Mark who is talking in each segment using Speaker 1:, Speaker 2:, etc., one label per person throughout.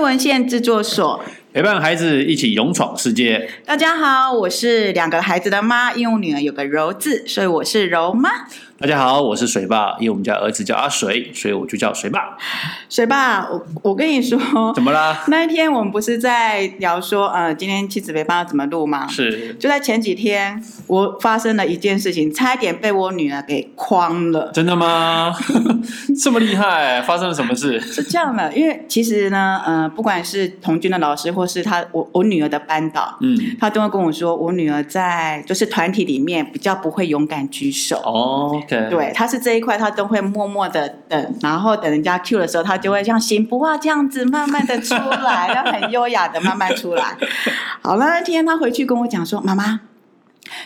Speaker 1: 文献制作所。
Speaker 2: 陪伴孩子一起勇闯世界。
Speaker 1: 大家好，我是两个孩子的妈，因为我女儿有个柔字，所以我是柔妈。
Speaker 2: 大家好，我是水爸，因为我们家儿子叫阿水，所以我就叫水爸。
Speaker 1: 水爸，我我跟你说，
Speaker 2: 怎么啦？
Speaker 1: 那一天我们不是在聊说，呃，今天妻子陪伴要怎么录吗？
Speaker 2: 是
Speaker 1: 就在前几天，我发生了一件事情，差一点被我女儿给诓了。
Speaker 2: 真的吗？ 这么厉害？发生了什么事？
Speaker 1: 是这样的，因为其实呢，呃，不管是童军的老师，或是他我我女儿的班导，
Speaker 2: 嗯，
Speaker 1: 他都会跟我说，我女儿在就是团体里面比较不会勇敢举手。
Speaker 2: 哦，OK，，
Speaker 1: 对，她是这一块，她都会默默的等，然后等人家 Q 的时候，她就会像行不啊这样子，慢慢的出来，要很优雅的慢慢出 来。好了，那天她回去跟我讲说，妈妈，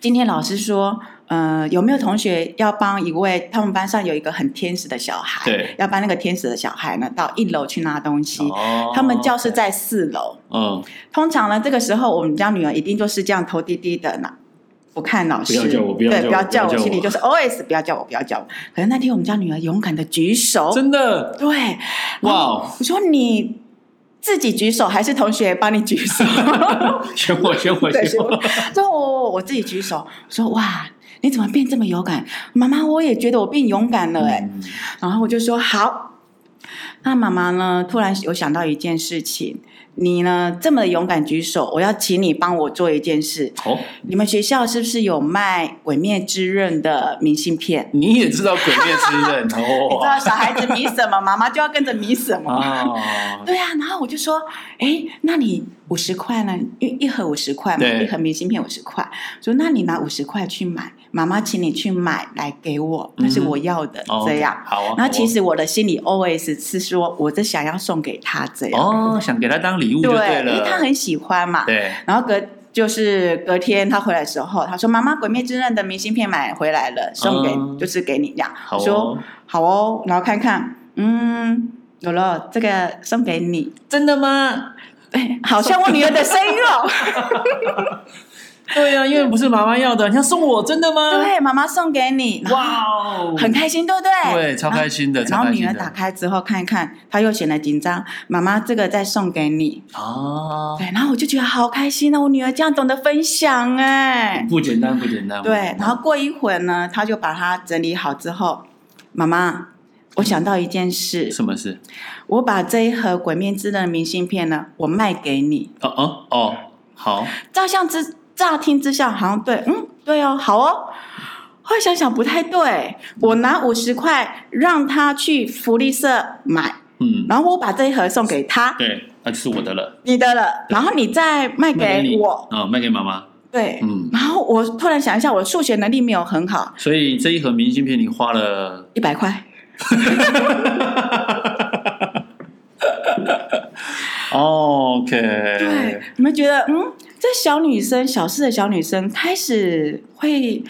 Speaker 1: 今天老师说，呃，有没有同学要帮一位他们班上有一个很天使的小孩，
Speaker 2: 对，
Speaker 1: 要帮那个天使的小孩呢到一楼去拿东西。
Speaker 2: 哦，
Speaker 1: 他们教室，在四楼，
Speaker 2: 嗯，
Speaker 1: 通常呢，这个时候我们家女儿一定就是这样头低低的呢，不看老师，
Speaker 2: 不要叫我不要叫
Speaker 1: 对，不
Speaker 2: 我
Speaker 1: 要叫
Speaker 2: 不要叫我
Speaker 1: 心里就是 OS 不要叫我，不要叫我。可是那天我们家女儿勇敢的举手，
Speaker 2: 真的，
Speaker 1: 对，
Speaker 2: 哇，
Speaker 1: 我说你自己举手还是同学帮你举手？
Speaker 2: 选我，选我，
Speaker 1: 对，
Speaker 2: 选
Speaker 1: 说
Speaker 2: 我，
Speaker 1: 我我自己举手，我说哇，你怎么变这么勇敢？妈妈，我也觉得我变勇敢了哎、
Speaker 2: 嗯
Speaker 1: 然后我就说好。那妈妈呢？突然有想到一件事情，你呢这么勇敢举手，我要请你帮我做一件事。
Speaker 2: 哦，
Speaker 1: 你们学校是不是有卖《鬼灭之刃》的明信片？
Speaker 2: 你也知道鬼灭之 刃
Speaker 1: 你
Speaker 2: 哦
Speaker 1: 知，道小孩子迷什么，妈妈就要跟着迷什么。
Speaker 2: 啊，
Speaker 1: 对啊，然后我就说，哎，那你五十块呢？因为一盒五十块嘛，
Speaker 2: 对
Speaker 1: 一盒明信片五十块。我说那你拿五十块去买，妈妈请你去买来给我， 那是
Speaker 2: 嗯哼
Speaker 1: 我要的，
Speaker 2: 哦
Speaker 1: 这样。
Speaker 2: 好啊。
Speaker 1: 然后
Speaker 2: 好
Speaker 1: 其
Speaker 2: 啊
Speaker 1: 实我的心里 always 是说，我是想要送给他这样，
Speaker 2: 哦，想给他当礼物就
Speaker 1: 因为
Speaker 2: 了，
Speaker 1: 他很喜欢嘛。
Speaker 2: 对，
Speaker 1: 然后隔就是隔天他回来的时候，他说：“妈妈，《鬼灭之刃》的明信片买回来了，送给、
Speaker 2: 嗯
Speaker 1: 就是给你这样。
Speaker 2: 好
Speaker 1: 我说
Speaker 2: 哦，：“
Speaker 1: 好哦。”然后看看，嗯，有了，这个送给你，
Speaker 2: 真的吗？
Speaker 1: 哎好像我女儿的声音哦。
Speaker 2: 对呀、因为不是妈妈要的，你要送我，真的吗？，
Speaker 1: 嗯对，妈妈送给你，然后
Speaker 2: 哇哦，
Speaker 1: 很开心，对不对？
Speaker 2: 对，超开心的，
Speaker 1: 然
Speaker 2: 超
Speaker 1: 后
Speaker 2: 开
Speaker 1: 女
Speaker 2: 心
Speaker 1: 儿
Speaker 2: 的。
Speaker 1: 打开之后看一看，她又显得紧张。妈妈，这个再送给你。
Speaker 2: 啊，
Speaker 1: 对，然后我就觉得好开心哦，我女儿这样懂得分享哎。
Speaker 2: 不简单，不简单。
Speaker 1: 对，然后过一会儿呢，她就把它整理好之后，妈妈，我想到一件事，
Speaker 2: 什么事？
Speaker 1: 我把这一盒《鬼面之刃》的明信片呢，我卖给你。
Speaker 2: 哦哦哦，好，
Speaker 1: 照相之乍听之下好像对，嗯，对哦，好哦。后来想想不太对，我拿五十块让他去福利社买，
Speaker 2: 嗯，
Speaker 1: 然后我把这一盒送给他，
Speaker 2: 对，那就是我的了，
Speaker 1: 你的了，然后你再卖
Speaker 2: 卖
Speaker 1: 给
Speaker 2: 你
Speaker 1: 我，，
Speaker 2: 啊，卖给妈妈。
Speaker 1: 对，
Speaker 2: 嗯，
Speaker 1: 然后我突然想一下，我数学能力没有很好，
Speaker 2: 所以这一盒明信片你花了，
Speaker 1: 一百块。
Speaker 2: 哦，OK，
Speaker 1: 对，，你们觉得，嗯，这小女生，小四的小女生开始会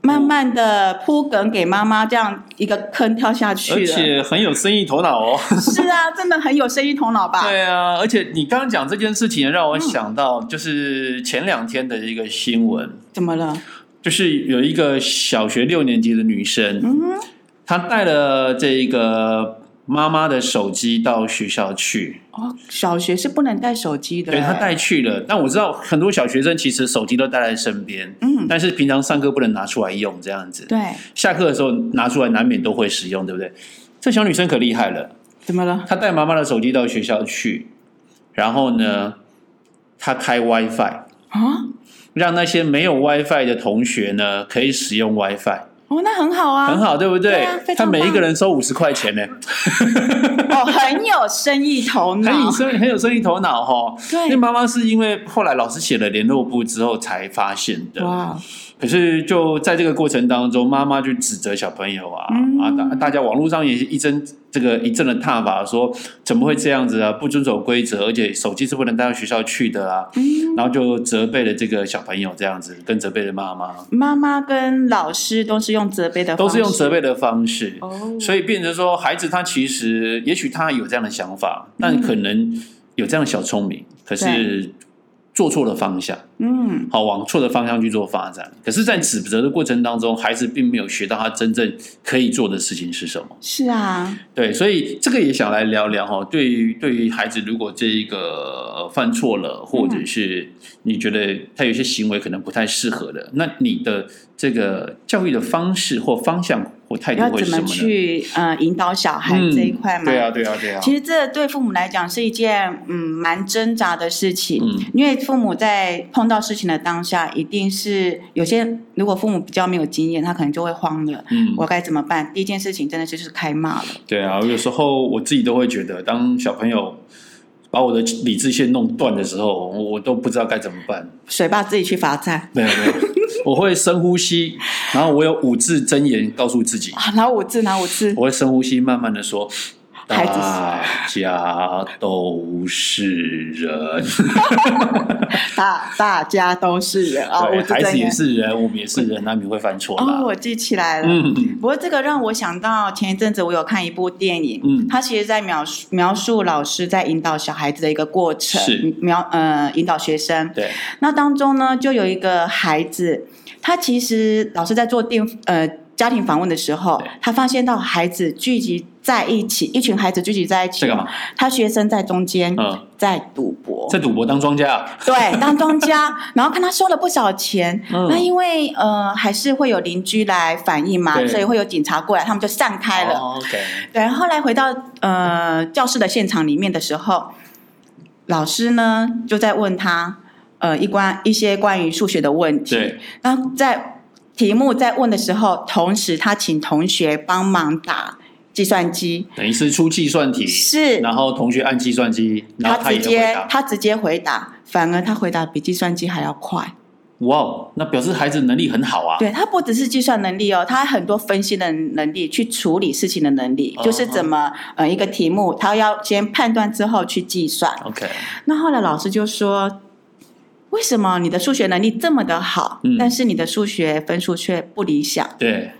Speaker 1: 慢慢的铺梗给妈妈，这样一个坑跳下去
Speaker 2: 而
Speaker 1: 了。
Speaker 2: 且很有生意头脑哦。
Speaker 1: 是啊，真的很有生意头脑吧？
Speaker 2: 对啊，而且你刚刚讲这件事情，让我想到就是前两天的一个新闻，
Speaker 1: 怎么了？
Speaker 2: 就是有一个小学六年级的女生，
Speaker 1: 嗯，
Speaker 2: 她带了这个妈妈的手机到学校去，
Speaker 1: 哦，小学是不能带手机的。
Speaker 2: 对她，带去了。但我知道很多小学生其实手机都带在身边，
Speaker 1: 嗯，
Speaker 2: 但是平常上课不能拿出来用，这样子。
Speaker 1: 对，
Speaker 2: 下课的时候拿出来难免都会使用，对不对？这小女生可厉害了，
Speaker 1: 怎么了？
Speaker 2: 她带妈妈的手机到学校去，然后呢，她开 WiFi，
Speaker 1: 啊，
Speaker 2: 让那些没有 WiFi 的同学呢可以使用 WiFi。
Speaker 1: 哦，那很好啊，
Speaker 2: 很好，对不对？
Speaker 1: 对啊非常
Speaker 2: 他每一
Speaker 1: 棒
Speaker 2: 个人收五十块钱呢，
Speaker 1: 哦，很有生意头脑
Speaker 2: 很。有生很有生意头脑哈、哦。因为
Speaker 1: 对，
Speaker 2: 妈妈是因为后来老师写了联络簿之后才发现的，
Speaker 1: 哇，
Speaker 2: 可是就在这个过程当中，妈妈就指责小朋友啊、
Speaker 1: 嗯
Speaker 2: 啊，大大家网络上也一阵这个一阵的挞伐说，怎么会这样子啊？不遵守规则，而且手机是不能带到学校去的啊。
Speaker 1: 嗯，
Speaker 2: 然后就责备了这个小朋友这样子，跟责备了妈妈，
Speaker 1: 妈妈跟老师都是用责备的，
Speaker 2: 都是用责。备的方式。
Speaker 1: 哦，
Speaker 2: 所以变成说，孩子他其实也许他有这样的想法，但可能有这样的小聪明，可是做错了方向。
Speaker 1: 嗯，
Speaker 2: 好往错的方向去做发展。可是，在指责的过程当中，孩子并没有学到他真正可以做的事情是什么。
Speaker 1: 是啊，
Speaker 2: 对，所以这个也想来聊聊哈。对于对于孩子，如果这一个呃犯错了，或
Speaker 1: 嗯
Speaker 2: 者是你觉得他有些行为可能不太适合的，那你的这个教育的方式或方向或态度
Speaker 1: 要
Speaker 2: 会
Speaker 1: 怎
Speaker 2: 是什
Speaker 1: 么
Speaker 2: 么呢？
Speaker 1: 去呃引导小孩
Speaker 2: 嗯
Speaker 1: 这一块嘛？
Speaker 2: 对啊，对啊，对啊。
Speaker 1: 其实这对父母来讲是一件嗯蛮挣扎的事情，
Speaker 2: 嗯
Speaker 1: 因为父母在碰到事情的当下，一定是有些如果父母比较没有经验，他可能就会慌了，
Speaker 2: 嗯，
Speaker 1: 我该怎么办？第一件事情真的就是开骂了，
Speaker 2: 对啊，有时候我自己都会觉得，当小朋友把我的理智线弄断的时候，我都不知道该怎么办。
Speaker 1: 水坝自己去罚站
Speaker 2: 没有没有，我会深呼吸，然后我有五字真言告诉自己，
Speaker 1: 啊，拿五字拿五字，
Speaker 2: 我会深呼吸，慢慢的说。
Speaker 1: 孩子
Speaker 2: 大家都是人，
Speaker 1: 大大家都是人啊，
Speaker 2: 对，
Speaker 1: 五字
Speaker 2: 孩
Speaker 1: 真
Speaker 2: 子也
Speaker 1: 言。
Speaker 2: 是人，我们也是人，难免会犯错
Speaker 1: 哦，
Speaker 2: 啦。
Speaker 1: 我记起来了。
Speaker 2: 嗯，
Speaker 1: 不过这个让我想到前一阵子我有看一部电影，
Speaker 2: 嗯
Speaker 1: 它其实在描述描述老师在引导小孩子的一个过程，
Speaker 2: 是
Speaker 1: 描呃引导学生。
Speaker 2: 对，
Speaker 1: 那当中呢，就有一个孩子，他其实老师在做电呃家庭访问的时候
Speaker 2: 对，
Speaker 1: 他发现到孩子聚集在一起，一群孩子聚集在一起，
Speaker 2: 在干嘛？
Speaker 1: 他学生在中间、
Speaker 2: 嗯，
Speaker 1: 在赌博，
Speaker 2: 在赌博当庄家啊，
Speaker 1: 对，当庄家，然后看他收了不少钱。
Speaker 2: 嗯
Speaker 1: 那因为呃，还是会有邻居来反映嘛，
Speaker 2: 对
Speaker 1: 所以会有警察过来，他们就散开了。
Speaker 2: 哦 OK，
Speaker 1: 对，后来回到呃教室的现场里面的时候，老师呢就在问他呃一关一些关于数学的问题。
Speaker 2: 对，
Speaker 1: 然后在题目在问的时候，同时他请同学帮忙打计算机，
Speaker 2: 等于是出计算题，
Speaker 1: 是
Speaker 2: 然后同学按计算机，然
Speaker 1: 他
Speaker 2: 后他
Speaker 1: 直
Speaker 2: 也会
Speaker 1: 接
Speaker 2: 答。
Speaker 1: 他直接回答，反而他回答比计算机还要快。
Speaker 2: 哇哦，那表示孩子能力很好啊。
Speaker 1: 对他不只是计算能力哦，他还很多分析的能力，去处理事情的能力，
Speaker 2: 嗯
Speaker 1: 就是怎么呃一个题目，他要先判断之后去计算。
Speaker 2: OK，
Speaker 1: 那后来老师就说，为什么你的数学能力这么的好，
Speaker 2: 嗯
Speaker 1: 但是你的数学分数却不理想？
Speaker 2: 对，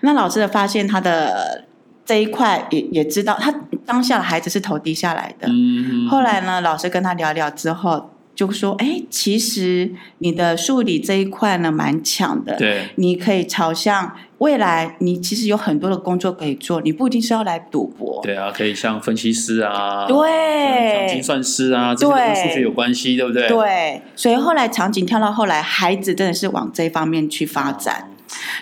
Speaker 1: 那老师的发现他的这一块也也知道，他当下的孩子是头低下来的。
Speaker 2: 嗯，
Speaker 1: 后来呢，老师跟他聊聊之后。就说，哎，其实你的数理这一块呢，蛮强的。
Speaker 2: 对，
Speaker 1: 你可以朝向未来，你其实有很多的工作可以做，你不一定是要来赌博。
Speaker 2: 对啊，可以像分析师啊，像精
Speaker 1: 对
Speaker 2: 算师啊，这些都跟数学有关系，对不对？
Speaker 1: 对所以后来场景跳到后来，孩子真的是往这方面去发展。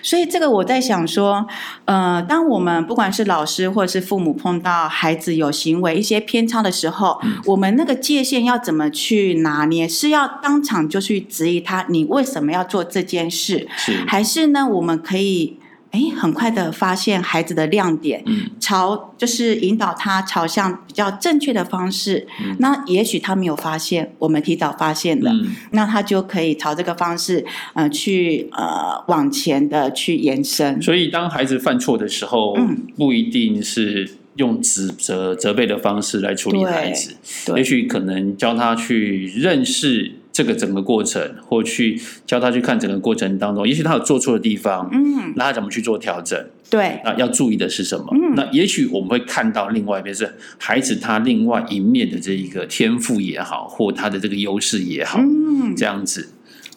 Speaker 1: 所以这个我在想说，呃，当我们不管是老师或者是父母碰到孩子有行为一些偏差的时候，我们那个界限要怎么去拿捏？是要当场就去质疑他，你为什么要做这件事？
Speaker 2: 是，
Speaker 1: 还是呢，我们可以诶很快的发现孩子的亮点，
Speaker 2: 嗯，
Speaker 1: 朝就是引导他朝向比较正确的方式。
Speaker 2: 嗯
Speaker 1: 那也许他没有发现，我们提早发现了，
Speaker 2: 嗯，
Speaker 1: 那他就可以朝这个方式呃去呃往前的去延伸。
Speaker 2: 所以当孩子犯错的时候，
Speaker 1: 嗯
Speaker 2: 不一定是用指责、责备的方式来处理
Speaker 1: 对
Speaker 2: 孩子，
Speaker 1: 对
Speaker 2: 也许可能教他去认识这个整个过程，或去教他去看整个过程当中，也许他有做错的地方，
Speaker 1: 嗯，
Speaker 2: 那他怎么去做调整？
Speaker 1: 对，
Speaker 2: 那要注意的是什么？
Speaker 1: 嗯
Speaker 2: 那也许我们会看到另外一边是孩子他另外一面的这一个天赋也好，或他的这个优势也好，
Speaker 1: 嗯。
Speaker 2: 这样子。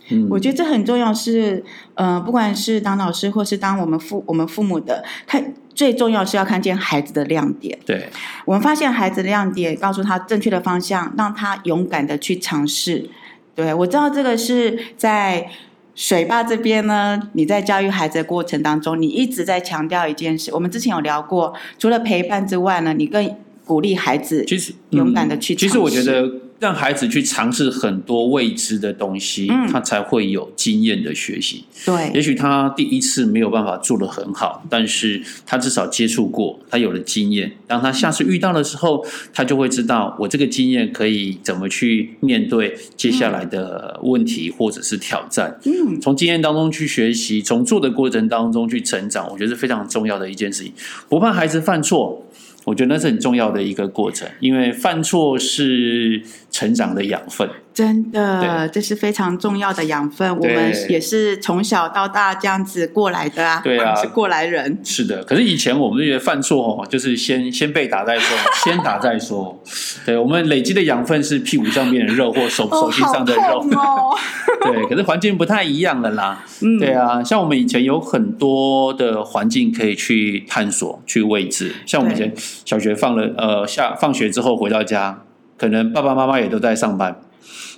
Speaker 2: 嗯，
Speaker 1: 我觉得这很重要是，呃，不管是当老师或是当我们父我们父母的，看最重要是要看见孩子的亮点。
Speaker 2: 对，
Speaker 1: 我们发现孩子的亮点，告诉他正确的方向，让他勇敢的去尝试。对我知道这个是在水坝这边呢，你在教育孩子的过程当中，你一直在强调一件事。我们之前有聊过，除了陪伴之外呢，你更鼓励孩子。
Speaker 2: 其实嗯
Speaker 1: 勇敢地去
Speaker 2: 其实
Speaker 1: 尝
Speaker 2: 我觉
Speaker 1: 试
Speaker 2: 得让孩子去尝试很多未知的东西，
Speaker 1: 嗯
Speaker 2: 他才会有经验的学习。也
Speaker 1: 对，
Speaker 2: 许他第一次没有办法做得很好，但是他至少接触过，他有了经验。当他下次遇到的时候，他就会知道我这个经验可以怎么去面对接下来的问题或者是挑战。
Speaker 1: 嗯，
Speaker 2: 从经验当中去学习，从做的过程当中去成长，我觉得是非常重要的一件事情。不怕孩子犯错。我觉得那是很重要的一个过程，因为犯错是成长的养分。
Speaker 1: 真的，这是非常重要的养分。我们
Speaker 2: 对
Speaker 1: 也是从小到大这样子过来的啊，
Speaker 2: 对啊
Speaker 1: 我们是过来人。
Speaker 2: 是的，可是以前我们就觉得犯错哦，就是先先被打 再说，先打再说。对我们累积的养分是屁股上面的肉或手手心上的
Speaker 1: 好
Speaker 2: 肉
Speaker 1: 痛，哦！
Speaker 2: 对。可是环境不太一样了啦，
Speaker 1: 嗯
Speaker 2: 对啊，像我们以前有很多的环境可以去探索、去位置。像我们以前小学放了呃下放学之后回到家，可能爸爸妈妈也都在上班，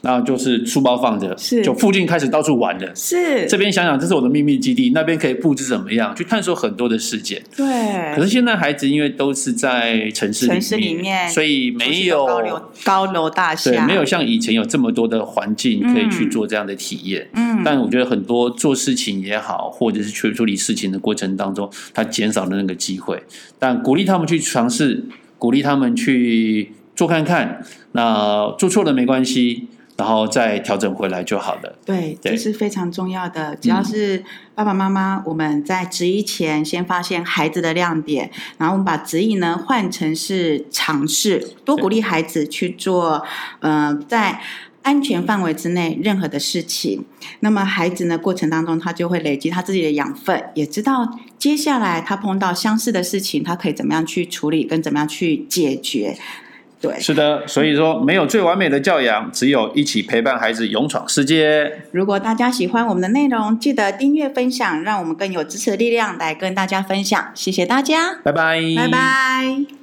Speaker 2: 那就是书包放着，
Speaker 1: 是
Speaker 2: 就附近开始到处玩了。
Speaker 1: 是，
Speaker 2: 这边想想，这是我的秘密基地，那边可以布置怎么样，去探索很多的世界。
Speaker 1: 对，
Speaker 2: 可是现在孩子因为都是在城市
Speaker 1: 城市里面
Speaker 2: 所以没有
Speaker 1: 高楼高楼大
Speaker 2: 对
Speaker 1: 厦，
Speaker 2: 没有像以前有这么多的环境可以去做这样的体验。
Speaker 1: 嗯，
Speaker 2: 但我觉得很多做事情也好，或者是去处理事情的过程当中，他减少了那个机会。但鼓励他们去尝试，鼓励他们去做看看，那做错了没关系，然后再调整回来就好了。
Speaker 1: 对，
Speaker 2: 对嗯
Speaker 1: 这是非常重要的。只要是爸爸妈妈，我们在质疑前先发现孩子的亮点，然后我们把质疑呢换成是尝试，多
Speaker 2: 对
Speaker 1: 鼓励孩子去做，呃，在。安全范围之内任何的事情，那么孩子呢过程当中，他就会累积他自己的养分，也知道接下来他碰到相似的事情，他可以怎么样去处理，跟怎么样去解决。对，
Speaker 2: 是的，所以说没有最完美的教养，只有一起陪伴孩子勇闯世界。
Speaker 1: 如果大家喜欢我们的内容，记得订阅分享，让我们更有支持的力量来跟大家分享。谢谢大家，
Speaker 2: 拜拜，
Speaker 1: 拜拜。